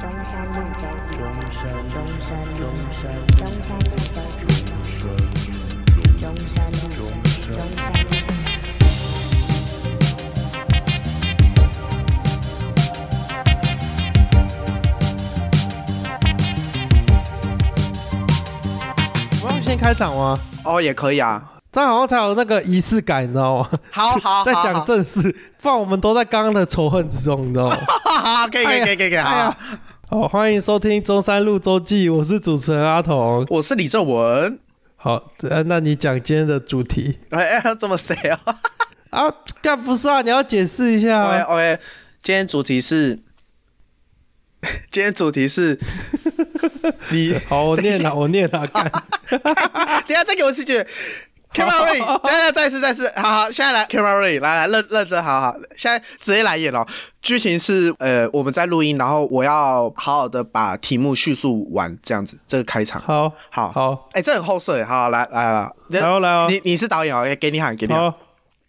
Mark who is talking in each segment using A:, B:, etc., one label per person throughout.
A: 中山路中
B: 中山路
A: 中山路
B: 中山路
A: 中山路中中山路中山路。
C: 我要先开场吗？
D: 哦，也可以啊。
C: 这样好像才有那个仪式感，你知道吗？
D: 好好，
C: 在
D: 好
C: 讲，正事，不然我们都在刚刚的仇恨之中，你知道吗？
D: 好好好，可以可以可以可以可以。
C: 哎
D: 好
C: 呀，好，欢迎收听中山路周记，我是主持人阿童。
D: 我是李正文。
C: 好，呃，那你讲今天的主题
D: 哎，哎这么谁 啊
C: 啊？干不是啊？你要解释一下
D: ？OK
C: 啊。
D: OK，今天主题是， 今天主题是，你
C: 好，我念了，我念了， 干。
D: 啊等一下再给我一次机会。Camera ready，等 一下再一次再一次，好好，现在来 Camera ready，来来认认真，好好，现在直接来演哦。剧情是呃我们在录音，然后我要好好的把题目叙述完，这样子，这个开场。
C: 好，
D: 好
C: 好，
D: 哎，这很后设哎，好，来来来，
C: 来哦来哦
D: 你你是导演哦，哎给你喊，给你喊。
C: 好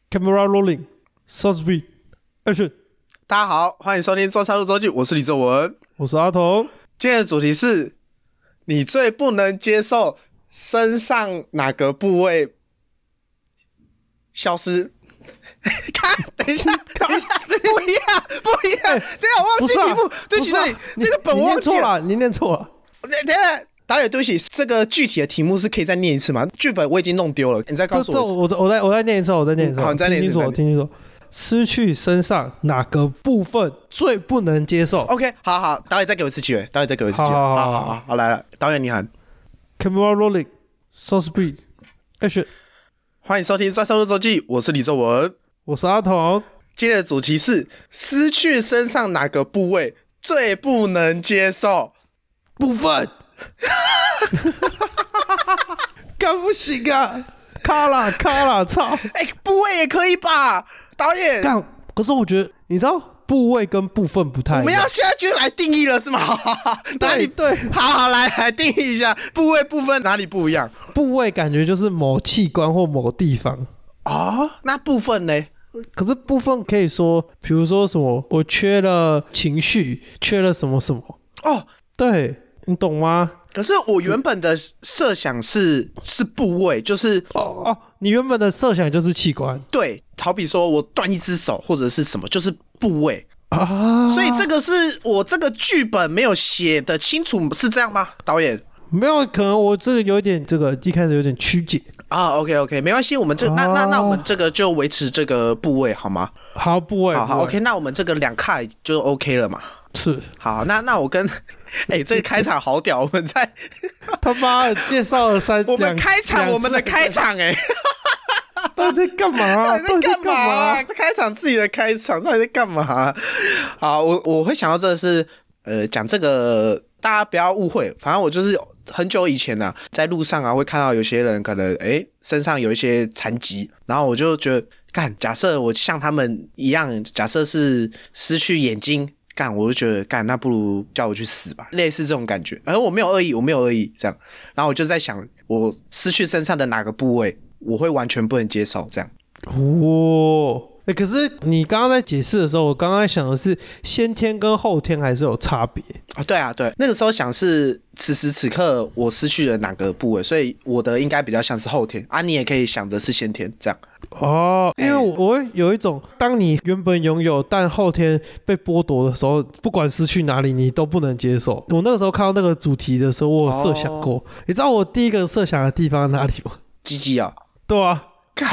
C: ，camera rolling，sound speed action，
D: 大家好，欢迎收听《中山路周记》，我是李正文。
C: 我是阿童。
D: 今天的主题是：你最不能接受身上哪个部位消失？ 看，等一下，等一下，不一样，不一样。对啊，我忘
C: 不
D: 记
C: 是啊
D: 题目，，对不起，
C: 不是啊
D: 对不起
C: 你
D: 这个本
C: 你
D: 我
C: 念
D: 忘记
C: 错。了，啊你念错了。
D: 等等一下，导演，对不起，这个具体的题目是可以再念一次吗？剧本我已经弄丢了，你再告
C: 这
D: 诉
C: 这
D: 我一次。
C: 我再我再我再念一次，我再念一次，
D: 嗯好你再念一
C: 听
D: 次
C: 清楚，
D: 再
C: 听清楚。失去身上哪个部分最不能接受
D: OK，好好，导演再给我一次机会，导演再给我一次机会。
C: 好好好
D: 好好好，好来了，导演你喊。
C: ？Camera rolling, sound speed, action。
D: 欢迎收听《专收路周记》，我是李正文。
C: 我是阿童，
D: 今天的主题是失去身上哪个部位最不能接受？
C: 部分， 干不行啊！卡啦卡啦，操！
D: 哎、部位也可以吧，导演。
C: 干，可是我觉得你知道部位跟部分不太
D: 我
C: 一
D: 们
C: 样
D: 要。现在就来定义了是 吗？哪里
C: 对
D: 好好来来定义一下部位部分哪里不一样
C: 部位感觉就是某器官或某地方，
D: 哦？
C: 啊
D: 那部分呢？
C: 可是部分可以说，比如说什么，我缺了情绪，缺了什么什么，
D: 哦，
C: 对你懂吗？
D: 可是我原本的设想是是部位，就是
C: 哦哦，你原本的设想就是器官
D: 对，好比说我断一只手或者是什么，就是部位。
C: 啊，
D: 所以这个是我这个剧本没有写的清楚，是这样吗？导演
C: 没有可能我这个有点这个一开始有点曲解。
D: 啊，OK OK，没关系，我们这那那那
C: 哦
D: 我们这个就维持这个部位好吗？
C: 好，部位
D: 好好
C: 部位
D: ，OK，那我们这个两卡就 OK 了嘛。
C: 是
D: 好，那那我跟， 哎、这个开场好屌，我们 在
C: 他妈的介绍了三，
D: 我们
C: 两
D: 开场，
C: 两
D: 我们的
C: 次
D: 开场、哎，
C: 到底在干嘛啊？
D: 到
C: 到
D: 底在干嘛、
C: 底在
D: 啊？开场自己的开场，到底在干嘛啊、好，我我会想到这是，呃，讲这个大家不要误会，反正我就是很久以前呢、啊，在路上啊会看到有些人可能诶身上有一些残疾，然后我就觉得，干，假设我像他们一样，假设是失去眼睛。干，我就觉得干，那不如叫我去死吧，类似这种感觉。而我没有恶意，我没有恶意，这样。然后我就在想，我失去身上的哪个部位，我会完全不能接受这样。
C: 哦，欸可是你刚刚在解释的时候，我刚刚想的是先天跟后天还是有差别。
D: 啊，对啊，对，那个时候想是此时此刻我失去了哪个部位，所以我的应该比较像是后天啊，你也可以想着是先天这样。
C: 哦，因为我我会有一种，当你原本拥有，但后天被剥夺的时候，不管失去哪里，你都不能接受。我那个时候看到那个主题的时候，我有设想过，你知道我第一个设想的地方哪里吗？
D: 鸡鸡啊，
C: 对啊，
D: 干，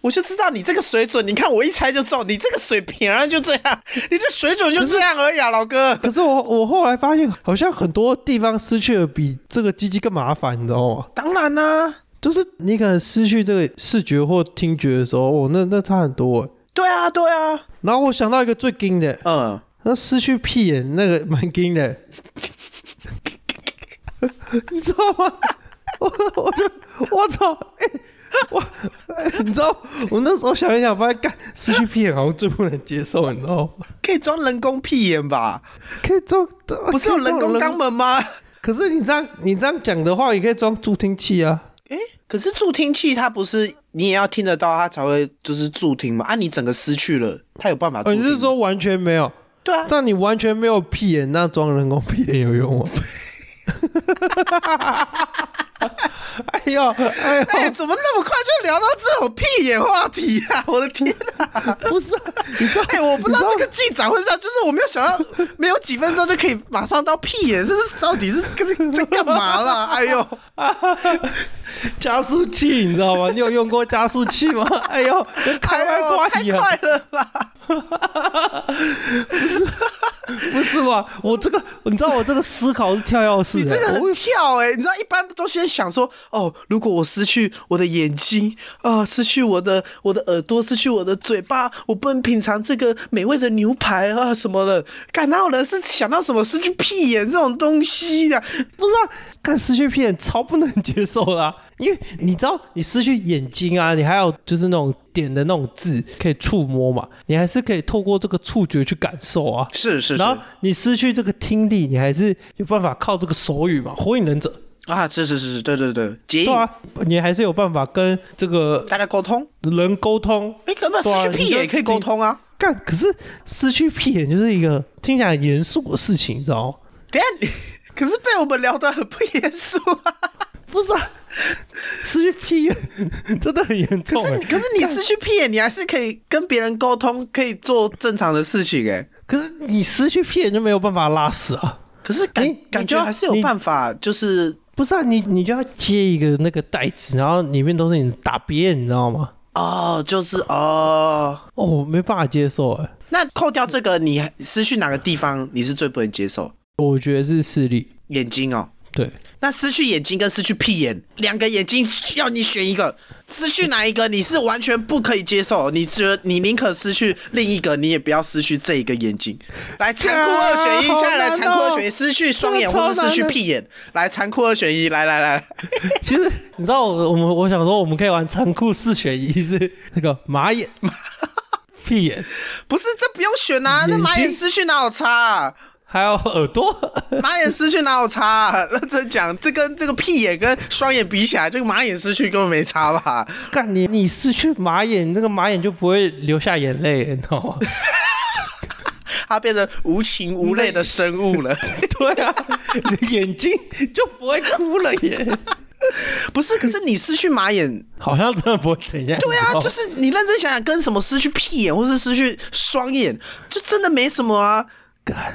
D: 我就知道你这个水准，你看我一猜就中，你这个水平啊就这样， 你这水准就这样而已啊，老哥。
C: 可是我我后来发现，好像很多地方失去了比这个鸡鸡更麻烦，你知道吗？
D: 当然啊啦、
C: 就是你可能失去这个视觉或听觉的时候，哦，那那差很多欸。
D: 对啊，对啊，
C: 然后我想到一个最惊的，
D: 嗯，
C: 那失去屁眼那个蛮惊的， 你知道吗？ 我我就我操，哎、我、哎你知道我那时候想一想，发现干失去屁眼好像最不能接受，你知道吗？
D: 可以装人工屁眼吧？
C: 可以装，
D: 不是有人工肛
C: 吗？
D: 门吗？
C: 可是你这样你这样讲的话，也可以装助听器啊。
D: 诶，可是助听器它不是你也要听得到，它才会就是助听嘛？啊，你整个失去了，它有办法助
C: 哦，
D: 听
C: 你
D: 吗？
C: 是说完全没有？
D: 对啊，
C: 但你完全没有屁眼，那装人工屁眼有用吗？ 哎呦，哎
D: 哎、怎么那么快就聊到这种屁眼话题啊！ 我的天啊！
C: 不是啊，你知道
D: 哎、我不知道这个进展会是这样，就是我没有想到，没有几分钟就可以马上到屁眼，这是到底是跟在干嘛 啦？哎呦，
C: 加速器，你知道吗？你有用过加速器 吗？哎呦，跟开
D: 哎
C: 外
D: 呦
C: 挂
D: 太
C: 一样，
D: 快了吧！
C: 不是吧？我这个，你知道我这个思考是跳跃式
D: 你
C: 的，
D: 这个
C: 我
D: 很跳哎、你知道一般都先想说，哦，如果我失去我的眼睛啊、失去我的我的耳朵，失去我的嘴巴，我不能品尝这个美味的牛排啊什么的。干哪有人是想到什么失去屁眼这种东西的、
C: 不是啊，看失去片超不能接受啦、因为你知道，你失去眼睛啊，你还有就是那种点的那种字可以触摸嘛，你还是可以透过这个触觉去感受啊。
D: 是是
C: 然后你失去这个听力，你还是有办法靠这个手语嘛，火影忍者，
D: 啊，是是是是，对对对，结
C: 对
D: 印、
C: 啊，你还是有办法跟这个
D: 大家沟通。
C: 人沟通。
D: 哎，可不
C: 对啊
D: 失去屁眼也可以沟通啊？
C: 干，可是失去屁眼就是一个听起来很严肃的事啊情，你知道吗？
D: 等一下你，可是被我们聊得很不严肃 啊。
C: 不是啊，失去屁眼 真的很严重、
D: 可
C: 欸。
D: 是你，可是你失去屁眼，你还是可以跟别人沟通，可以做正常的事情哎、
C: 可是你失去屁眼就没有办法拉屎啊！
D: 可是感
C: 你
D: 感
C: 你就
D: 觉
C: 要
D: 还是有办法，就是
C: 不是啊，你你就要接一个那个袋子，然后里面都是你的大便，你知道吗？
D: 哦，就是哦。
C: 哦，我没办法接受哎、
D: 那扣掉这个，你失去哪个地方你是最不能接受？
C: 我觉得是视力，
D: 眼睛哦。
C: 对，
D: 那失去眼睛跟失去屁眼，两个眼睛要你选一个，失去哪一个你是完全不可以接受？你觉得你宁可失去另一个，你也不要失去这一个眼睛。来，残酷二选一，
C: 好
D: 现在来
C: 难
D: 残酷二
C: 哦
D: 选一，失去双眼
C: 这个
D: 或是
C: 超
D: 失去
C: 难的
D: 屁眼，来残酷二选一，来来来，
C: 其实 你知道我我们我想说我们可以玩残酷四选一是那个马 眼、屁眼，
D: 不是这不用选啊，那
C: 眼
D: 马眼
C: 睛
D: 失去哪有差、啊？
C: 还有耳朵。
D: 马眼失去哪有差、啊？ 认真讲，这跟这个屁眼跟双眼比起来，这个马眼失去根本没差吧？
C: 干你你失去马眼，那个马眼就不会流下眼泪，你知道吗？
D: 它变成无情无泪的生物了。
C: 对啊，你的眼睛就不会哭了耶。
D: 不是，可是你失去马眼，
C: 好像真的不会怎样。
D: 对
C: 你知
D: 啊，
C: 道吗
D: 就是你认真想想，跟什么失去屁眼或是失去双眼，就真的没什么啊。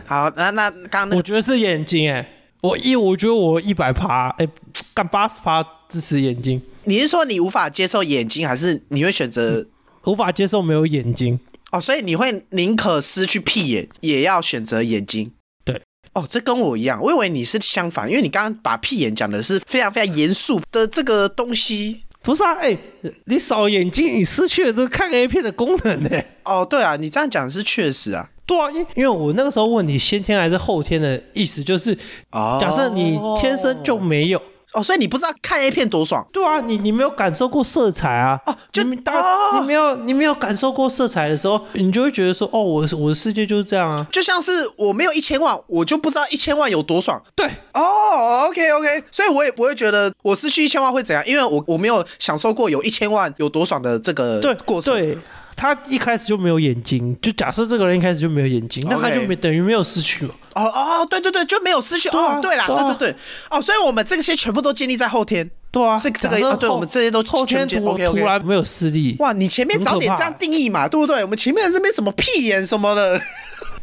D: 好，那那刚刚那
C: 我
D: 个
C: 觉得是眼睛哎、我一我觉得我一百趴哎，干八十趴支持眼睛，
D: 你是说你无法接受眼睛，还是你会选择？
C: 无法接受没有眼睛。
D: 哦，所以你会宁可失去屁眼，也要选择眼睛。
C: 对，
D: 哦，这跟我一样，我以为你是相反，因为你刚刚把屁眼讲的是非常非常严肃的这个东西。
C: 不是啊，哎、你少眼睛，你失去了这个看 A 片的功能呢、
D: 哦，对啊，你这样讲是确实啊。
C: 对啊，因因为我那个时候问你先天还是后天的意思，就是
D: 哦，
C: 假设你天生就没有，
D: 哦，所以你不知道看 A 片多爽
C: 对啊，你你没有感受过色彩啊，
D: 哦就
C: 你当、
D: 哦
C: 你没有你没有感受过色彩的时候，你就会觉得说，哦，我的我的世界就是这样啊，
D: 就像是我没有一千万，我就不知道一千万有多爽。
C: 对，
D: 哦、o k OK，所以我也不会觉得我失去一千万会怎样，因为我我没有享受过有一千万有多爽的这个
C: 对
D: 过程。
C: 对，他一开始就没有眼睛，就假设这个人一开始就没有眼睛，那他
D: OK
C: 就没等于没有失去嘛。
D: 哦哦，对对对，就没有失去。
C: 对啊
D: 哦，对啦，
C: 对啊
D: 对对对，哦，所以我们这些全部都建立在后天。
C: 对啊，
D: 这这个
C: 假设
D: 哦对
C: 后
D: 我们这些都
C: 后天
D: 全部
C: 突
D: 接 OK，OK
C: 突然没有视力，
D: 哇，你前面
C: 很
D: 早
C: 可
D: 点
C: 怕
D: 这样定义嘛，对不对？我们前面这边什么屁眼什么的，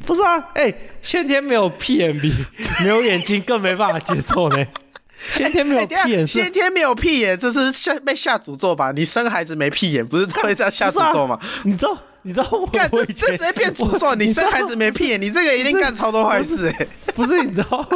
C: 不是啊，哎、先天没有屁眼比 没有眼睛更没办法接受 呢。先天没
D: 哎
C: 有
D: 等一下
C: 屁眼是
D: 先天没有屁眼，这是下被下诅咒吧？你生孩子没屁眼，不是都会这样下
C: 不是啊
D: 诅咒吗？
C: 你知道你知道我
D: 干，
C: 我
D: 这
C: 以
D: 这
C: 前
D: 直接变诅咒！
C: 我
D: 你生
C: 知道
D: 孩子没屁眼，你这个一定干超多坏事哎！
C: 不是你知道？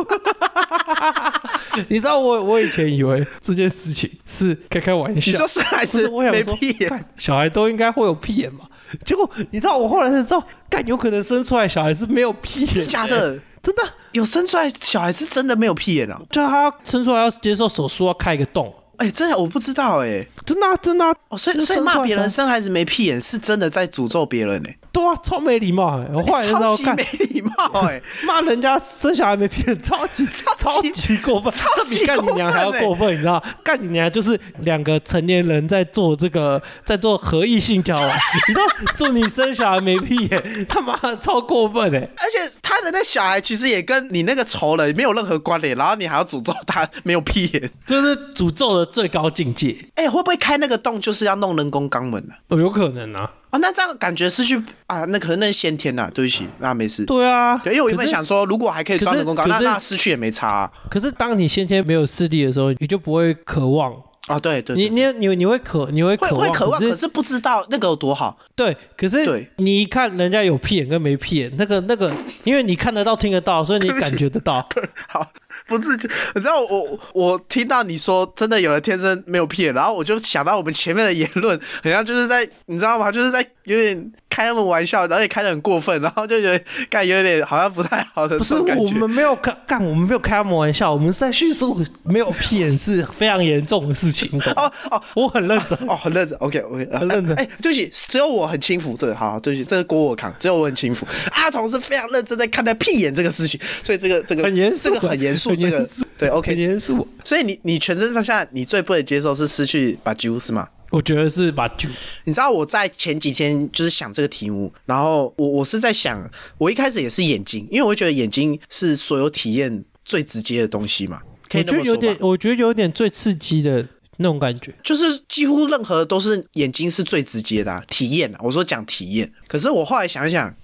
C: 你知道我我以前以为这件事情是开开玩笑，
D: 你说生孩
C: 不是
D: 子
C: 我想
D: 没
C: 说
D: 屁眼，
C: 干小孩都应该会有屁眼嘛？结果你知道我后来才知道，干有可能生出来小孩是没有屁眼，
D: 是假，的？
C: 真的。啊
D: 有生出来小孩是真的没有屁眼啊？
C: 就他生出来要接受手术，要开一个洞，
D: 哎，真的我不知道哎。
C: 真的啊、真的啊、
D: 哦，所以
C: 那
D: 所以
C: 生出来
D: 骂别人
C: 的
D: 生孩子没屁眼是真的在诅咒别人呢、欸
C: 对啊，超没礼貌、欸。我后来才知道
D: 超级
C: 看
D: 没礼貌哎、
C: 骂人家生小孩没骗，超级
D: 超
C: 超
D: 级
C: 级过分，
D: 超
C: 这比
D: 级
C: 干你
D: 过
C: 娘还要
D: 分欸
C: 过分，你知道？干你娘就是两个成年人在做这个，在做合意性交往， 你知道？祝你生小孩没屁耶、 他妈的超过分哎、
D: 而且他的那小孩其实也跟你那个仇人没有任何关联，然后你还要诅咒他没有屁眼，
C: 这是诅咒的最高境界。
D: 哎、会不会开那个洞就是要弄人工肛门呢、啊？
C: 哦，有可能啊。
D: 哦，那这样感觉是去啊，那可能那是先天呐、对不起，那没事。
C: 对啊，
D: 对，因为我原本
C: 可是
D: 想说，如果还可以装人工肛，
C: 可
D: 那
C: 是
D: 那失去也没差啊。
C: 可是当你先天没有视力的时候，你就不会渴望，
D: 啊对对
C: 你
D: 对，
C: 你你你会渴，你会
D: 会
C: 渴
D: 会
C: 望，
D: 渴望，
C: 可
D: 可是不知道那个有多好。
C: 对，可是
D: 对
C: 你一看人家有屁眼跟没屁眼，那个那个，因为你看得到、听得到，所以你感觉得 到。
D: 好，不是就你知道我我我听到你说真的有人天生没有屁眼，然后我就想到我们前面的言论，好像就是在你知道吗？就是在有点开他们玩笑，然后也开得很过分，然后就觉得干有点好像不太好的
C: 不是
D: 这种感
C: 我
D: 觉。
C: 们没有开干，我们没有开他们玩笑，我们是在叙述没有屁眼是非常严重的事情。懂吗
D: 哦哦
C: 我很认真，
D: 哦，很认真，OK OK，
C: 很认真
D: 哎、对不起，只有我很轻浮，对，好，对不起，这个锅我扛，只有我很轻浮。阿童是非常认真在看待屁眼这个事情，所以这个这个
C: 很严肃
D: 这个很严肃，
C: 很
D: 这
C: 严
D: 个
C: 肃
D: 对
C: 很
D: OK。
C: 严肃。
D: 所以你你全身上下你最不能接受是失去把揪是吗？
C: 我觉得是把酒
D: 你知道我在前几天就是想这个题目，然后我我是在想，我一开始也是眼睛，因为我会觉得眼睛是所有体验最直接的东西嘛，可以
C: 我觉
D: 那
C: 得
D: 么
C: 有
D: 说吧
C: 点，我觉得有点最刺激的那种感觉。
D: 就是几乎任何都是眼睛是最直接的、啊、体验、啊。我说讲体验，可是我后来想一想，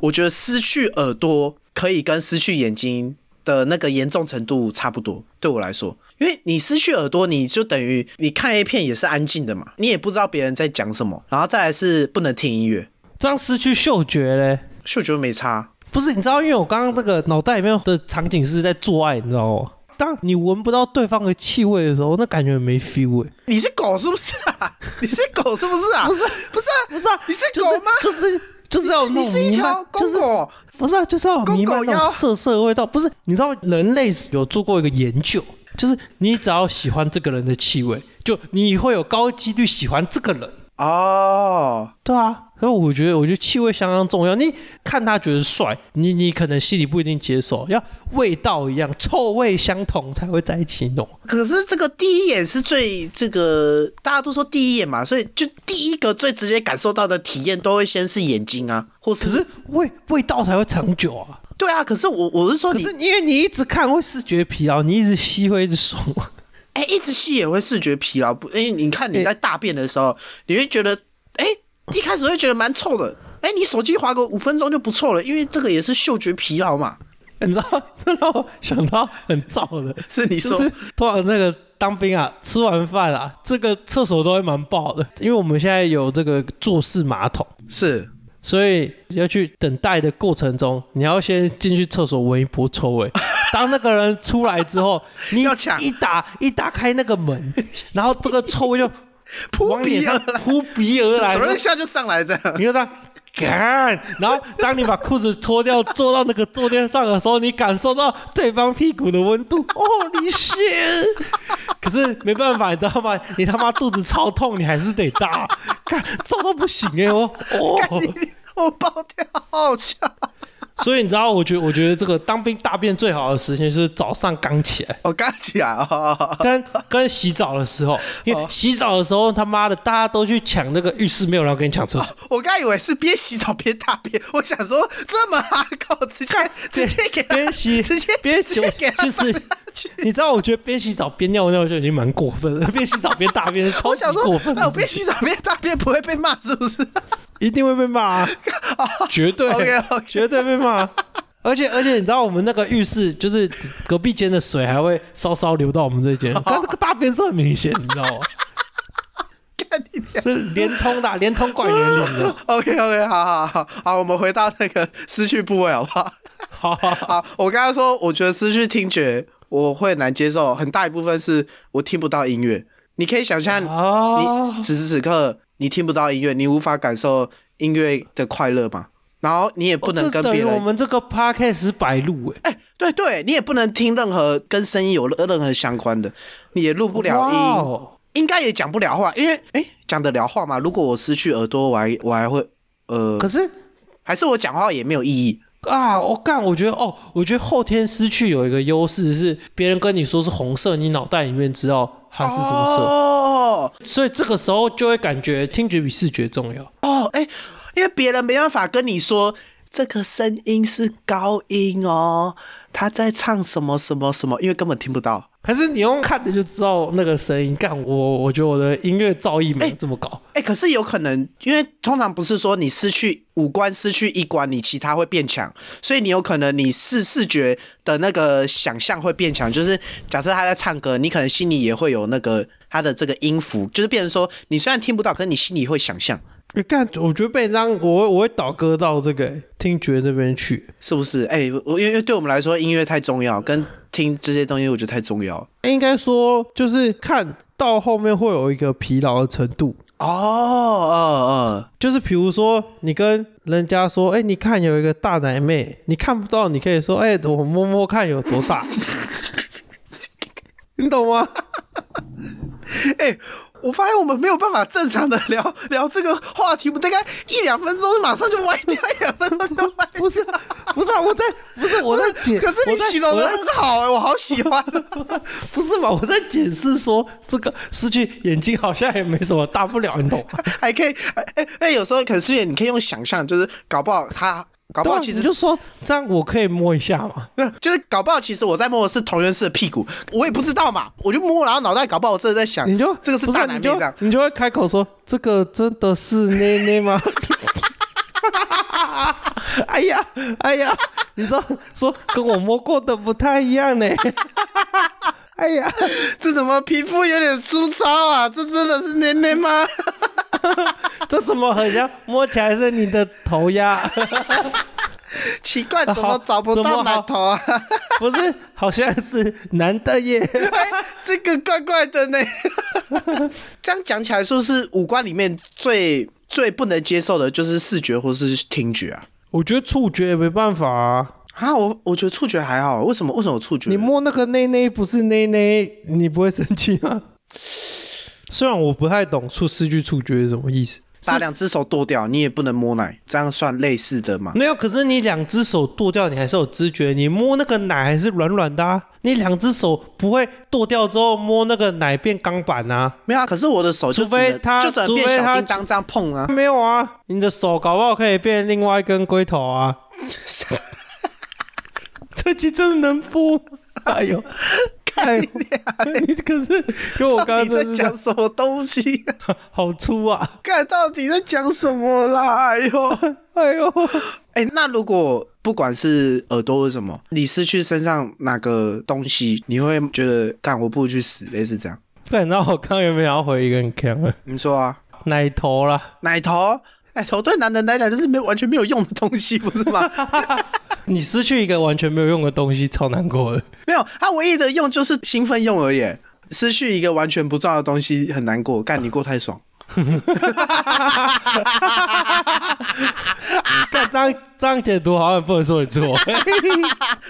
D: 我觉得失去耳朵可以跟失去眼睛的那个严重程度差不多，对我来说，因为你失去耳朵，你就等于你看 A 片也是安静的嘛，你也不知道别人在讲什么，然后再来是不能听音乐，
C: 这样失去嗅觉嘞。
D: 嗅觉没差。
C: 不是，你知道，因为我刚刚那个脑袋里面的场景是在做爱，你知道吗？当你闻不到对方的气味的时候，那感觉没 feel 哎、
D: 你是狗是不是啊？你是狗是不是啊？不是不是啊，
C: 不是啊，
D: 你是狗吗
C: 就是就是就是要有那
D: 你
C: 种
D: 是一
C: 弥漫
D: 条公
C: 就是
D: 狗。
C: 不是啊，就是要有弥漫
D: 公狗
C: 那
D: 腰
C: 种涩涩的味道。不是，你知道人类有做过一个研究，就是你只要喜欢这个人的气味，就你会有高几率喜欢这个人。
D: 哦，
C: 对啊，所以我觉得，我觉得气味相当重要。你看他觉得帅，你你可能心里不一定接受，要味道一样，臭味相同才会在一起，你懂吗？
D: 可是这个第一眼是最这个大家都说第一眼嘛，所以就第一个最直接感受到的体验都会先是眼睛啊，或是
C: 可是味味道才会长久啊。
D: 对啊，可是我我是说
C: 可
D: 你
C: 是因为你一直看会视觉疲劳，你一直吸会一直爽。啊
D: 哎、一直吸也会视觉疲劳，不？哎、你看你在大便的时候，你会觉得哎、一开始会觉得蛮臭的，哎、你手机划个五分钟就不臭了，因为这个也是嗅觉疲劳嘛。
C: 你知道，这让我想到很燥的，
D: 是你
C: 就
D: 说
C: 是通常那个当兵啊，吃完饭啊，这个厕所都会蛮爆的，因为我们现在有这个坐式马桶，
D: 是
C: 所以要去等待的过程中，你要先进去厕所闻一波臭 味。当那个人出来之后，你
D: 要抢
C: 一打一打开那个门， 然后这个臭味就
D: 扑
C: 往脸
D: 鼻而
C: 上
D: 来，
C: 扑鼻而来，
D: 怎么一下就上来这样？
C: 你就这样。干，然后当你把裤子脱掉，坐到那个坐垫上的时候，你感受到对方屁股的温度。哦，你是，可是没办法，你知道吗？你他妈肚子超痛，你还是得大，干痛到不行哎、欸！我哦，
D: 我爆掉，好好笑。
C: 所以你知道，我觉得我觉得这个当兵大便最好的时间就是早上刚起 来，
D: 我刚起来哦，
C: 跟跟洗澡的时候，因为洗澡的时候他妈的大家都去抢那个浴室，没有人要跟你抢厕所。
D: 我刚以为是边洗澡边大便，我想说这么哈靠，直接直接给他
C: 边洗
D: 直接
C: 边
D: 直
C: 洗
D: 接给，他
C: 就是
D: 上下去。
C: 你知道，我觉得边洗澡边尿尿就已经蛮过分了，边洗澡边大便是超
D: 我
C: 级
D: 想
C: 过
D: 说，
C: 分的
D: 哎，我
C: 事
D: 边
C: 情
D: 洗澡边大便不会被骂是不是？
C: 一定会被骂、啊，绝对
D: OK，OK
C: 绝对被骂、而且而且，你知道我们那个浴室就是隔壁间的水还会稍稍流到我们这 间，但这个大便是很明显，你知道吗？
D: 干你娘
C: 是连通的啊、连通怪年龄的。
D: ！OK OK，好好好好，我们回到那个失去部位好不好？
C: 好好好，
D: 好，我刚刚说，我觉得失去听觉我会难接受，很大一部分是我听不到音乐。你可以想象，
C: 哦
D: 你此时此刻你听不到音乐，你无法感受音乐的快乐嘛？然后你也不能
C: 哦这
D: 跟
C: 等
D: 别
C: 于
D: 人
C: 我们这个 podcast 是白录哎、
D: 哎、对对，你也不能听任何跟声音有任何相关的，你也录不了音，
C: 哇哦
D: 应该也讲不了话，因为哎，讲得了话嘛。如果我失去耳朵，我还我还会呃，
C: 可是
D: 还是我讲话也没有意义。
C: 啊，我干，我觉得哦，我觉得后天失去有一个优势是，别人跟你说是红色，你脑袋里面知道它是什么色，
D: 哦
C: 所以这个时候就会感觉听觉比视觉重要。
D: 哦，哎、因为别人没办法跟你说这个声音是高音哦，他在唱什么什么什么，因为根本听不到。
C: 可是你用看的就知道那个声音，干我我觉得我的音乐造诣没
D: 哎
C: 有这么高。
D: 哎、可是有可能，因为通常不是说你失去五官、失去一关，你其他会变强，所以你有可能你视视觉的那个想象会变强。就是假设他在唱歌，你可能心里也会有那个他的这个音符，就是变成说你虽然听不到，可是你心里会想象，
C: 你干，我觉得被人家我会我会倒戈到这个、听觉那边去。
D: 是不是？哎、我因为因为对我们来说，音乐太重要，跟听这些东西我觉得太重要。
C: 哎应该说就是看到后面会有一个疲劳的程度，
D: 哦，哦
C: 就是比如说，你跟人家说，哎、你看有一个大奶妹，你看不到，你可以说，哎、我摸摸看有多 大，你懂吗？
D: 哦，哎、我发现我们没有办法正常的聊聊这个话题，我们大概一两分钟马上就歪掉，一两分钟就歪掉。
C: 不是啊，不是啊，我在，不是我在解，
D: 可是
C: 我
D: 你
C: 在
D: 形容
C: 我
D: 的
C: 在
D: 很好哎、我好喜欢。
C: 不是嘛？我在解释说，这个失去眼睛好像也没什么大不了，你懂吗？
D: 还可以，哎、哎、哎有时候可是你可以用想象，就是搞不好他，搞不
C: 对啊
D: 好其
C: 你
D: 实
C: 就说这样，我可以摸一下嘛？
D: 嗯就是搞不好其实我在摸的是同源氏的屁股，我也不知道嘛，我就摸，然后脑袋搞不好我真的在想，
C: 你就
D: 这个是
C: 不
D: 大
C: 啊
D: 男
C: 你
D: 妹
C: 就
D: 这样。
C: 你就会开口说，这个真的是内内吗？ 哎呀，哎呀，你知道说跟我摸过的不太一样呢。 哎呀，
D: 这怎么皮肤有点粗糙啊？这真的是年年吗？
C: 这怎么很像摸起来是你的头呀？
D: 奇怪，怎么找不
C: 怎
D: 到
C: 么
D: 奶头啊？
C: 不是，好像是男的耶。
D: 哎这个怪怪的呢。 这样讲起来，说是五官里面最最不能接受的就是视觉或是听觉啊。
C: 我觉得触觉也没办法啊，
D: 啊，我我觉得触觉还好，为什么？为什么触觉？
C: 你摸那个内内不是内内，你不会生气吗？虽然我不太懂触失去触觉是什么意思，
D: 把两只手剁掉，你也不能摸奶，这样算类似的吗？
C: 没有，可是你两只手剁掉，你还是有知觉，你摸那个奶还是软软的、啊。你两只手不会剁掉之后摸那个奶变钢板啊？
D: 没有啊，可是我的手就
C: 除非
D: 只能
C: 它
D: 就只能变
C: 除非
D: 小
C: 它
D: 叮当这样碰 啊。
C: 没有啊，你的手搞不好可以变另外一根龟头啊。 这期真的能播吗？哎呦，哎呦，你可是跟 我刚刚
D: 到底啊在
C: 真的是
D: 讲什么东西？
C: 好粗啊！
D: 看到底在讲什么啦？ 哎呦！
C: 哎呦，
D: 哎、那如果不管是耳朵或什么，你失去身上哪个东西，你会觉得干我不如去死，类似这样。
C: 对，那我刚刚原本要回一个很强的
D: 你说啊，
C: 奶头啦，
D: 奶头，奶头对男人来讲就是没有完全没有用的东西，不是 吗？
C: 你失去一个完全没有用的东西，超难过的。
D: 没有，它唯一的用就是兴奋用而已。失去一个完全不重要的东西很难过，干你过太爽。
C: 看这样这样解读好像不能说你错。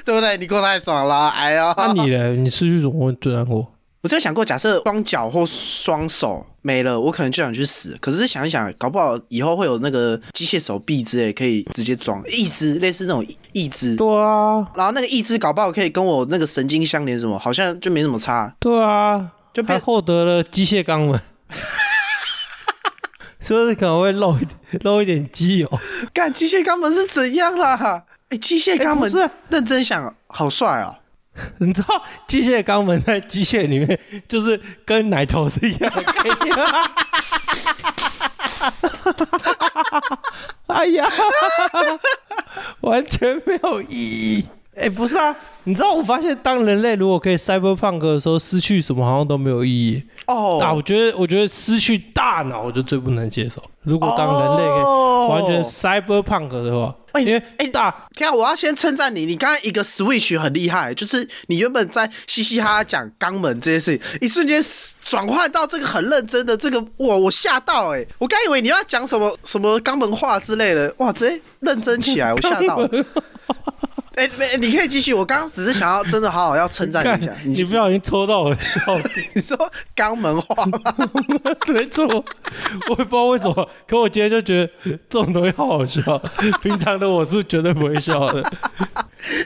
D: 对不对？你过太爽了，哎呦！
C: 那、你呢？你失去什么最难过？
D: 我就想过，假设双脚或双手没了，我可能就想去死。可是想一想，搞不好以后会有那个机械手臂之类，可以直接装义肢，类似那种义肢。
C: 对啊，
D: 然后那个义肢搞不好可以跟我那个神经相连，什么好像就没什么差。
C: 对啊，
D: 就
C: 还
D: 变
C: 获得了机械肛门， 说是可能会漏一点漏一点机油。
D: 干机械肛门是怎样啦？哎，机械肛门
C: 哎不是
D: 认真想，好帅哦！
C: 你知道机械肛门在机械里面就是跟奶头是一样的概念。 哎呀，完全没有意义。哎、不是啊，你知道我发现，当人类如果可以 cyberpunk 的时候，失去什么好像都没有意义。啊，
D: 哦，
C: 我觉得，我觉得失去大脑，我就最不能接受。如果当人类可以完全 cyberpunk 的话，
D: 哦哎
C: 因
D: 哎
C: 为大、
D: 天啊！我要先称赞你，你刚才一个 switch 很厉害，就是你原本在嘻嘻哈哈讲肛门这件事情，一瞬间转换到这个很认真的这个，哇，我吓到哎、我刚以为你要 讲什么什么肛门话之类的，哇，直接认真起来，我吓到。哎、没，你可以继续。我刚刚只是想要真的好好要称赞你一下。
C: 干
D: 你
C: 你不小心戳到我的笑点。
D: 你说肛门话吗？
C: 没错，我也不知道为什么，可我今天就觉得这种东西好好笑。平常的我是绝对不会笑的，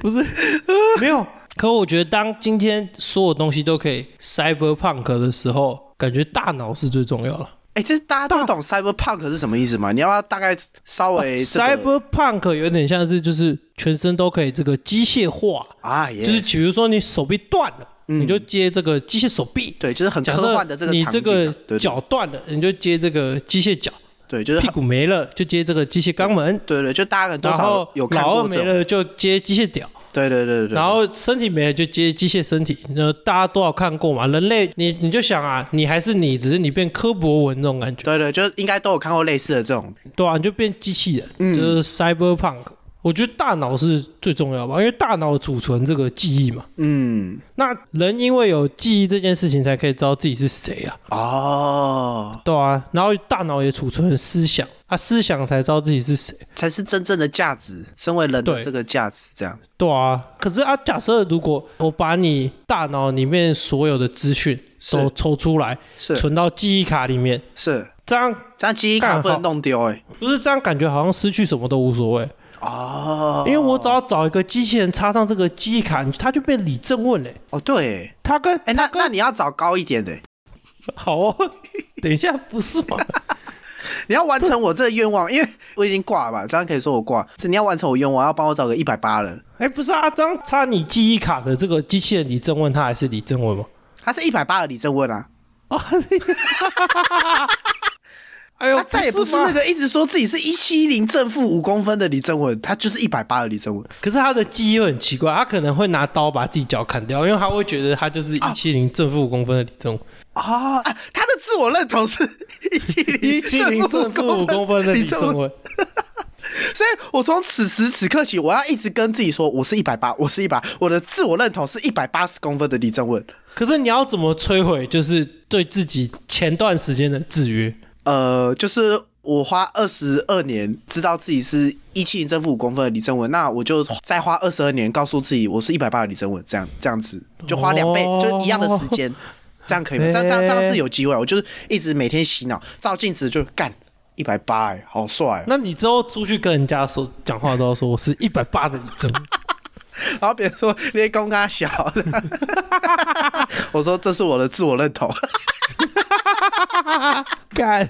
C: 不是 没有。可我觉得，当今天所有东西都可以 cyberpunk 的时候，感觉大脑是最重要了。
D: 哎、这大家都懂 cyberpunk 是什么意思吗？你要不要大概稍微、这
C: 哦
D: 个
C: cyberpunk 有点像是就是全身都可以这个机械化，
D: 啊，也、
C: 就是比如说你手臂断了，你就接这个机械手臂。
D: 对，就是很
C: 假
D: 嗯科
C: 设
D: 幻的这个
C: 你
D: 场景、
C: 这
D: 啊，
C: 个
D: 对
C: 脚断了，你就接这个机械脚；
D: 对对，就是
C: 屁
D: 很
C: 股没了，就接这个机械肛门。
D: 对对，就大家可能多
C: 然
D: 少
C: 后
D: 有看
C: 老二
D: 过
C: 没
D: 这种，
C: 了就接机械屌，
D: 对对对对对，
C: 然后身体没了就接机械身体。那大家多少看过嘛？人类，你你就想啊，你还是你，只是你变柯博文这种感觉，
D: 对对，就是应该都有看过类似的这种，
C: 对啊，你就变机器人，
D: 嗯
C: 就是 cyberpunk。我觉得大脑是最重要吧，因为大脑储存这个记忆嘛。
D: 嗯，
C: 那人因为有记忆这件事情，才可以知道自己是谁啊，
D: 哦，
C: 对啊。然后大脑也储存思想啊，思想才知道自己是谁。
D: 才是真正的价值，身为人的
C: 对
D: 这个价值，这样，
C: 对啊，可是啊，假设如果我把你大脑里面所有的资讯
D: 是
C: 都抽出来，
D: 是
C: 存到记忆卡里面，
D: 是，
C: 这样
D: 这样记忆卡
C: 干
D: 不能
C: 好
D: 弄丢、欸，
C: 不是这样，感觉好像失去什么都无所谓，
D: 哦，
C: 因为我只要找一个机器人插上这个记忆卡，你它就变李正问嘞、
D: 哦对、欸，
C: 他跟
D: 哎、
C: 他
D: 那
C: 跟
D: 那你要找高一点的欸、
C: 好哦，等一下不是 吗？
D: 你要完成我这个愿望，因为我已经挂了吧，这样可以说我挂，是你要完成我愿望，要帮我找个一百八的，
C: 哎、不是啊，这样插你记忆卡的这个机器人李正问，他还是李正问吗？
D: 他是一百八的李正问啊，
C: 哎呦，
D: 他啊再也不是
C: 嘛
D: 那，个一直说自己是一七零正负五公分的李正文，他就是一百八的李正文。
C: 可是他的记忆会很奇怪，他可能会拿刀把自己脚砍掉，因为他会觉得他就是
D: 啊
C: 一七零正负五公分的李正文。
D: 哦、啊，他的自我认同 是一七零
C: 170正
D: 正
C: 负
D: 负
C: 五公分的李正
D: 文，
C: 文，
D: 所以我从此时此刻起，我要一直跟自己说，我是一百八，我是一百，我的自我认同是一百八十公分的李正文。
C: 可是你要怎么摧毁，就是对自己前段时间的制约？
D: 呃，就是我花二十二年知道自己是一七零正负五公分的李正文，那我就再花二十二年告诉自己我是一百八的李正文，这样这样子就花两倍，
C: 哦
D: 就一样的时间，这样可以吗？这样这样这样是有机会，我就是一直每天洗脑，照镜子就干一百八，哎，好帅、哦！
C: 那你之后出去跟人家说讲话都要说我是一百八的李正文，
D: 然后别人说你在公他小， 我说这是我的自我认同，
C: 干，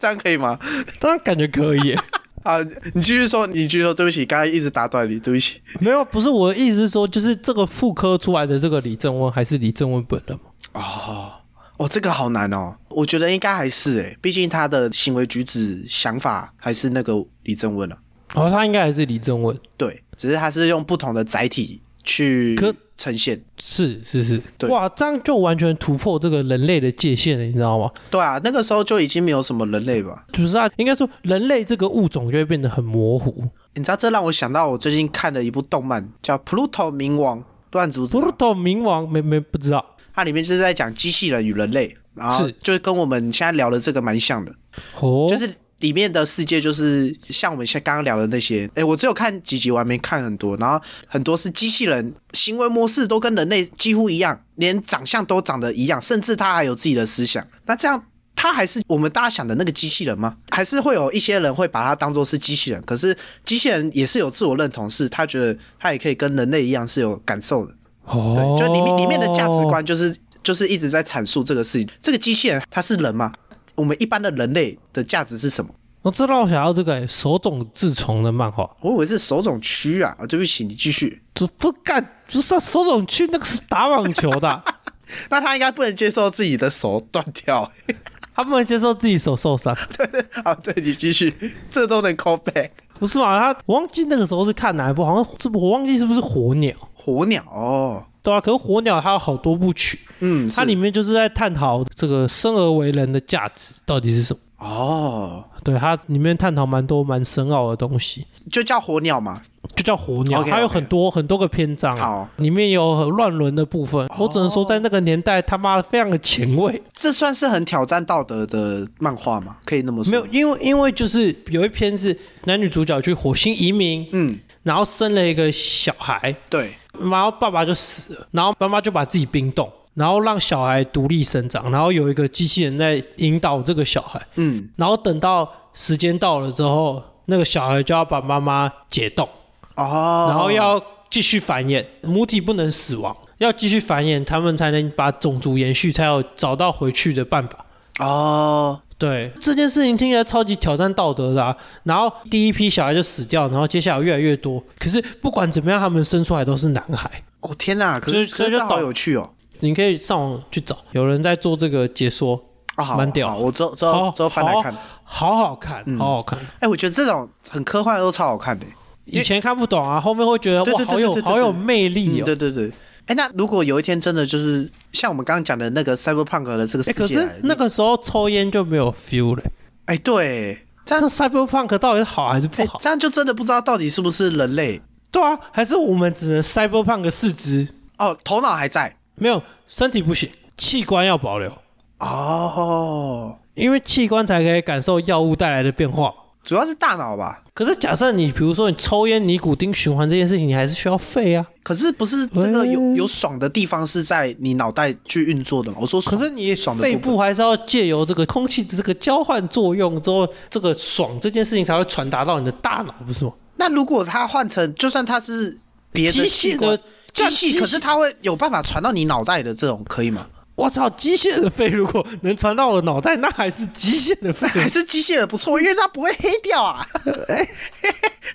D: 这样可以吗？
C: 当然感觉可以耶。
D: 啊，你继续说，你继续说，对不起，刚才一直打断你，对不起。
C: 没有，不是我的意思是说，就是这个妇科出来的这个李正文还是李正文本人吗？
D: 哦，哦，这个好难哦，我觉得应该还是诶，毕竟他的行为举止、想法还是那个李正文啊。
C: 哦，他应该还是李正文，
D: 对，只是他是用不同的载体去
C: 可
D: 呈现。
C: 是是是
D: 对，
C: 哇，这样就完全突破这个人类的界限了，你知道吗？
D: 对啊，那个时候就已经没有什么人类吧。
C: 就是啊，应该说人类这个物种就会变得很模糊。
D: 你知道，这让我想到我最近看的一部动漫，叫《Pluto 冥王》，不然组织
C: 普鲁托冥王没没不知道，
D: 它里面就是在讲机器人与人类，然后
C: 是
D: 就是跟我们现在聊的这个蛮像的。
C: 哦，
D: 就是里面的世界就是像我们现在刚刚聊的那些，哎，我只有看几集，我还没看很多，然后很多是机器人行为模式都跟人类几乎一样，连长相都长得一样，甚至他还有自己的思想。那这样。他还是我们大家想的那个机器人吗？还是会有一些人会把它当做是机器人？可是机器人也是有自我认同，是他觉得他也可以跟人类一样是有感受的。
C: 哦
D: 对，就里面里面的价值观就是就是一直在阐述这个事情。这个机器人它是人吗？我们一般的人类的价值是什么？
C: 哦，这让我想到这个欸手冢治虫的漫画，
D: 我以为是手冢区啊，啊对不起，你继续。
C: 这不干，不是、啊、手冢去那个是打网球的 啊、
D: 那他应该不能接受自己的手断掉。
C: 他不能接受自己手受伤，
D: 好，对你继续，这都能 call back。
C: 不是嘛？他我忘记那个时候是看哪一部，好像是我忘记是不是火鸟，
D: 火鸟哦，
C: 对啊，可是火鸟它有好多部曲，
D: 嗯，
C: 它
D: 是
C: 里面就是在探讨这个生而为人的价值到底是什么。
D: 哦，
C: 对，它里面探讨蛮多蛮深奥的东西。
D: 就叫火鸟嘛。
C: 就叫火鸟，
D: OK，OK
C: 它有很多很多个篇章
D: 好
C: 啊，里面有乱伦的部分。我只能说，在那个年代，他妈的非常的前卫。
D: 这算是很挑战道德的漫画吗？可以那么说？
C: 没有，因为因为就是有一篇是男女主角去火星移民，
D: 嗯，
C: 然后生了一个小孩，
D: 对，
C: 然后爸爸就死了，然后妈妈就把自己冰冻，然后让小孩独立生长，然后有一个机器人在引导这个小孩，
D: 嗯，
C: 然后等到时间到了之后，那个小孩就要把妈妈解冻，
D: 哦，
C: 然后要继续繁衍，母体不能死亡，要继续繁衍，他们才能把种族延续，才有找到回去的办法。
D: 哦，
C: 对这件事情听起来超级挑战道德的、啊，然后第一批小孩就死掉，然后接下来越来越多。可是不管怎么样，他们生出来都是男孩。
D: 哦天哪，可是
C: 这
D: 可是
C: 这就
D: 这好
C: 懂
D: 有趣哦，
C: 你可以上网去找，有人在做这个解说，
D: 啊，好
C: 蛮屌
D: 好我之后之
C: 好
D: 后之后翻来看，
C: 好好看，好好看。
D: 哎，我觉得这种很科幻的都超好看的，
C: 以前看不懂啊，后面会觉得
D: 对
C: 哇，
D: 对对
C: 好有
D: 对对对
C: 好有魅力
D: 嗯，对
C: 哦。
D: 对对。哎，那如果有一天真的就是像我们刚刚讲的那个 cyberpunk 的这个世
C: 哎，可
D: 界来，
C: 是那个时候抽烟就没有 feel 了。
D: 哎，对，这
C: 但
D: 样
C: 是 cyberpunk 到底好还是不
D: 哎
C: 好？
D: 这样就真的不知道到底是不是人类
C: 对啊，还是我们只能 cyberpunk 四肢，
D: 哦，头脑还在
C: 没有身体不行，器官要保留，
D: 哦，
C: 因为器官才可以感受药物带来的变化。
D: 主要是大脑吧。
C: 可是假设你比如说你抽烟、尼古丁循环这件事情，你还是需要肺啊。
D: 可是不是这个有
C: 喂
D: 有爽的地方是在你脑袋去运作的吗？我说
C: 可
D: 爽，
C: 是你
D: 爽的
C: 肺
D: 部分
C: 部还是要借由这个空气的这个交换作用之后，这个爽这件事情才会传达到你的大脑，不是吗？
D: 那如果它换成，就算它是别
C: 机
D: 的
C: 械
D: 器官
C: 的
D: 机
C: 干
D: 器，
C: 机
D: 可是
C: 械
D: 它会有办法传到你脑袋的这种，可以吗？
C: 我操，机械的肺如果能传到我的脑袋，那还是机械的肺。
D: 还是机械的不错，因为它不会黑掉 啊。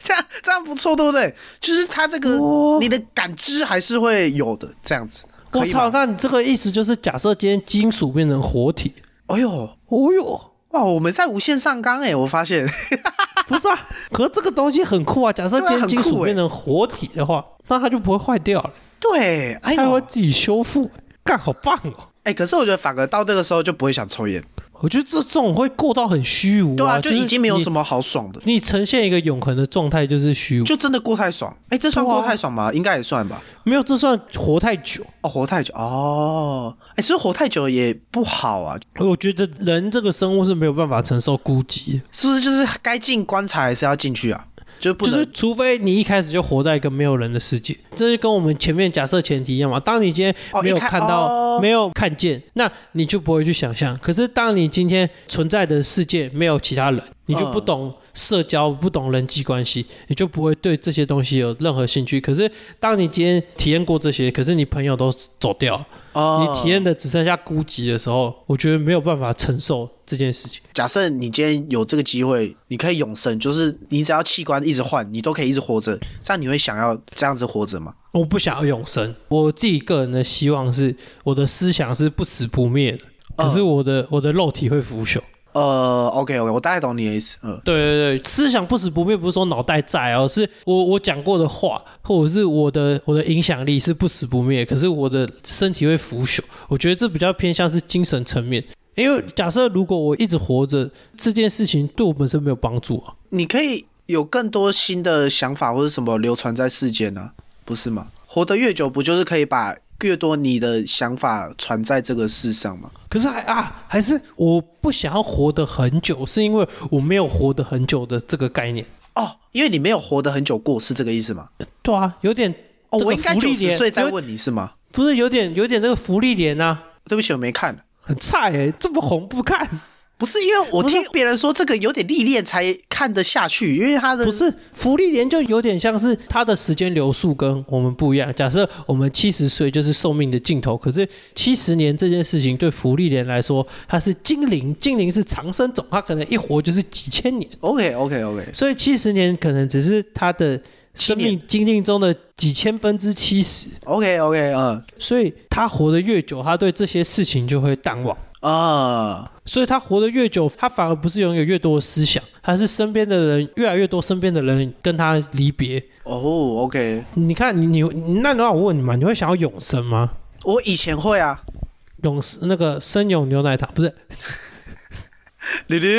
D: 这样这样不错，对不对？就是它这个
C: 哦
D: 你的感知还是会有的，这样子。
C: 我
D: 可以
C: 操，
D: 吗？
C: 那你这个意思就是，假设今天金属变成活体，
D: 哎呦，
C: 哦哟，
D: 哇，我们在无限上纲哎，我发现
C: 不是 啊，可是这个东西很酷啊。欸假设今
D: 对啊
C: 天
D: 很
C: 金
D: 酷
C: 属
D: 欸
C: 变成活体的话，那它就不会坏掉了，
D: 对，哎
C: 它还
D: 呦
C: 会，自己修复，干好棒哦！
D: 哎，可是我觉得反而到这个时候就不会想抽烟，
C: 我觉得这种会过到很虚无、
D: 对啊，
C: 啊，
D: 就已经没有什
C: 么。
D: 么好爽的，
C: 你呈现一个永恒的状态就是虚无，
D: 就真的过太爽。哎，这算
C: 对啊
D: 过太爽吗？应该也算吧。
C: 没有这算活太久。
D: 哦，活太久哦，哎，所以活太久也不好啊，
C: 我觉得人这个生物是没有办法承受孤寂的，
D: 是不是？就是该进棺材还是要进去啊，就不
C: 就
D: 能
C: 是除非你一开始就活在一个没有人的世界，这就跟我们前面假设前提一样嘛。当你今天
D: 哦
C: 没有
D: 一开
C: 看到、
D: 哦
C: 没有看见，那你就不会去想象。可是当你今天存在的世界没有其他人，你就不
D: 嗯
C: 懂社交，不懂人际关系，你就不会对这些东西有任何兴趣。可是当你今天体验过这些，可是你朋友都走掉了，
D: 哦
C: 你体验的只剩下孤寂的时候，我觉得没有办法承受这件事情。
D: 假设你今天有这个机会，你可以永生，就是你只要器官一直换，你都可以一直活着，这样你会想要这样子活着吗？
C: 我不想要永生，我自己个人的希望是，我的思想是不死不灭的，可是我的、我的肉体会腐朽。
D: 呃，OK OK，我大概懂你的意思，嗯，
C: 对对对，思想不死不灭不是说脑袋在哦，是我我讲过的话，或者是我的我的影响力是不死不灭，可是我的身体会腐朽。我觉得这比较偏向是精神层面，因为假设如果我一直活着，这件事情对我本身没有帮助啊。
D: 你可以有更多新的想法或者什么流传在世间呢、不是吗？活得越久，不就是可以把越多你的想法传在这个世上吗？
C: 可是还啊，还是我不想要活得很久，是因为我没有活得很久的这个概念。
D: 哦，因为你没有活得很久过，是这个意思吗？
C: 对啊，有点
D: 哦，
C: 这
D: 我
C: 个
D: 应该
C: 福
D: 九
C: 利
D: 十
C: 点
D: 岁再
C: 有
D: 问你是吗？
C: 不是有点有点这个福利脸啊，
D: 对不起，我没看。
C: 很菜哎、这么红不看？
D: 不是因为我
C: 不是
D: 听别人说这个有点历练才看得下去，因为他的
C: 不是福利脸就有点像是它的时间流速跟我们不一样。假设我们七十岁就是寿命的尽头，可是七十年这件事情对福利脸来说，它是精灵，精灵是长生种，它可能一活就是几千年。
D: OK OK OK，
C: 所以七十年可能只是他的生
D: 七
C: 命
D: 年
C: 经历中的几千分之七十，
D: OK OK，嗯
C: 所以他活得越久，他对这些事情就会淡忘。
D: 啊，
C: 所以他活得越久，他反而不是拥有越多的思想，他是身边的人越来越多，身边的人跟他离别。
D: 哦 OK，
C: 你看，你你你那那我问你嘛，你会想要永生吗？
D: 我以前会啊，
C: 永生那个生永牛奶糖不是？
D: 绿绿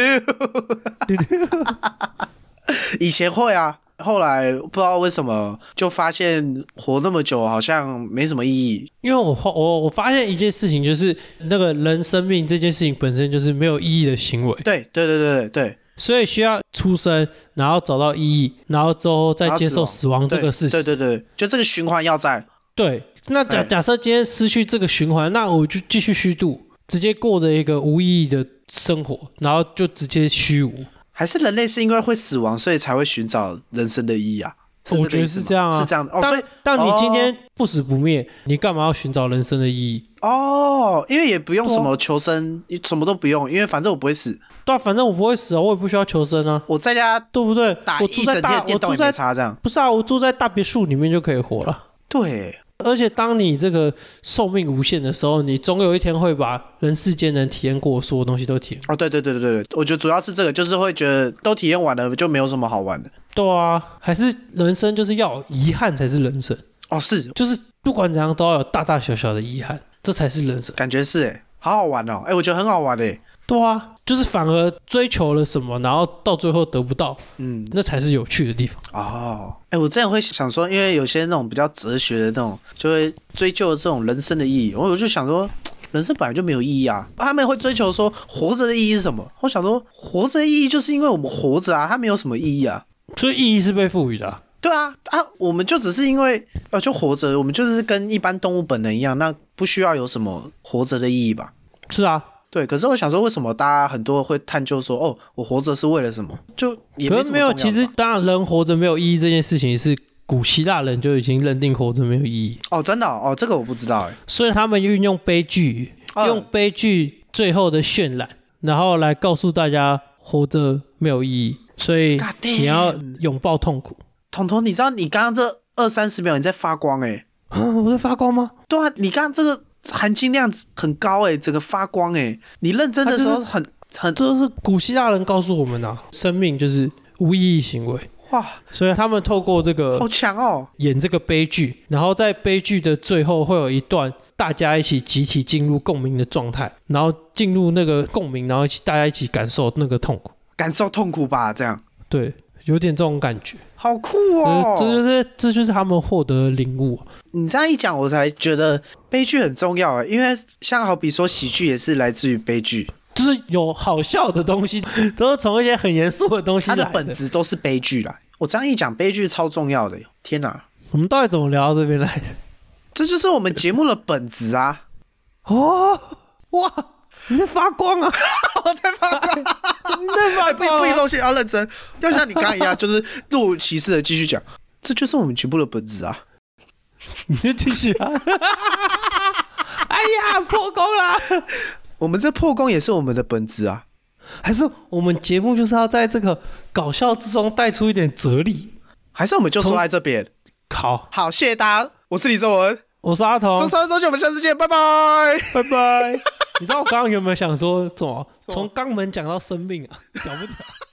D: 以前会啊，后来不知道为什么就发现活那么久好像没什么意义。
C: 因为我后我我发现一件事情，就是那个人生命这件事情本身就是没有意义的行为。
D: 对对对对对对，
C: 所以需要出生，然后找到意义，然后之后再接受死亡这个事
D: 对
C: 情。
D: 对对，就这个循环要在，
C: 对，那假
D: 哎
C: 假设今天失去这个循环，那我就继续虚度，直接过着一个无意义的生活，然后就直接虚无。
D: 还是人类是因为会死亡，所以才会寻找人生的意义啊？是
C: 我
D: 这
C: 觉
D: 个意
C: 得
D: 思
C: 是
D: 吗
C: 这样啊，
D: 是这样的哦，所
C: 但
D: 以
C: 但你今
D: 哦
C: 天不死不灭，你干嘛要寻找人生的意义？
D: 哦，因为也不用
C: 对啊
D: 什么求生，什么都不用，因为反正我不会死，
C: 对啊，反正我不会死啊，我也不需要求生啊，
D: 我在家
C: 对不对？
D: 打
C: 我
D: 一
C: 住在
D: 整天
C: 大
D: 的，
C: 我
D: 电动
C: 住
D: 也没
C: 在
D: 差，这样
C: 不是啊，我住在大别墅里面就可以活了。
D: 对。
C: 而且当你这个寿命无限的时候，你总有一天会把人世间能体验过的所有东西都体验。
D: 哦，对对对对对，我觉得主要是这个，就是会觉得都体验完了，就没有什么好玩的。
C: 对啊，还是人生就是要有遗憾才是人生，
D: 哦，是，
C: 就是不管怎样都要有大大小小的遗憾，这才是人生。
D: 感觉是哎，好好玩哦，哎，我觉得很好玩哎，
C: 对啊，就是反而追求了什么，然后到最后得不到，
D: 嗯，
C: 那才是有趣的地方。
D: 哦，哎，我之前会想说，因为有些那种比较哲学的那种，就会追究这种人生的意义，我我就想说。人生本来就没有意义啊！他们会追求说活着的意义是什么？我想说，活着的意义就是因为我们活着啊，它没有什么意义啊。
C: 所以意义是被赋予的啊、
D: 对啊，啊，我们就只是因为呃，就活着，我们就是跟一般动物本能一样，那不需要有什么活着的意义吧？
C: 是啊，
D: 对，可是我想说，为什么大家很多会探究说，哦，我活着是为了什么？就也
C: 可
D: 没
C: 是
D: 什么
C: 没有，
D: 重要
C: 其
D: 啊
C: 实
D: 吧
C: 当然人活着没有意义这件事情是古希腊人就已经认定活着没有意义，
D: 哦，真的哦，哦这个我不知道哎、
C: 所以他们运用悲剧，
D: 嗯
C: 用悲剧最后的渲染，然后来告诉大家活着没有意义，所以
D: God damn
C: 你要拥抱痛苦。
D: 彤彤，你知道你刚刚这二三十秒你在发光哎、
C: 啊我在发光吗？
D: 对啊，你刚刚这个含金量很高哎、整个发光哎、你认真的时候很、很
C: 这是古希腊人告诉我们的、啊，生命就是无意义行为，
D: 哇，
C: 所以他们透过这个
D: 好强哦，
C: 演这个悲剧，然后在悲剧的最后会有一段大家一起集体进入共鸣的状态，然后进入那个共鸣，然后一起大家一起感受那个痛苦，
D: 感受痛苦吧，这样
C: 对，有点这种感觉，
D: 好酷哦
C: 呃。这就是这就是他们获得的领悟啊，
D: 你这样一讲，我才觉得悲剧很重要哎、因为像好比说喜剧也是来自于悲剧，
C: 就是有好笑的东西， 都是从一些很严肃的东西
D: 它
C: 来
D: 的本质都是悲剧啦。我这样一讲，悲剧超重要的欸，天哪！
C: 我们到底怎么聊到这边来的？
D: 这就是我们节目的本质啊！
C: 哦，哇，你在发光啊！
D: 我在发 光，
C: 你在发
D: 哎不
C: 光、啊，
D: 不一露馅，要认真，要像你刚刚一样，就是若无其事的继续讲，这就是我们节目的本质啊！
B: 你就继续啊。
C: 哎呀，破功啦！
D: 我们这破功也是我们的本质啊！
C: 还是我们节目就是要在这个搞笑之中带出一点哲理。
D: 还是我们就说在这边。
C: 好，
D: 好，谢谢大家，我是李正文，
C: 我是阿童
D: 周，三周四，我们下次见，拜拜。
C: 拜 拜。你知道我刚刚有没有想说什么？从肛门讲到生命啊，了不得。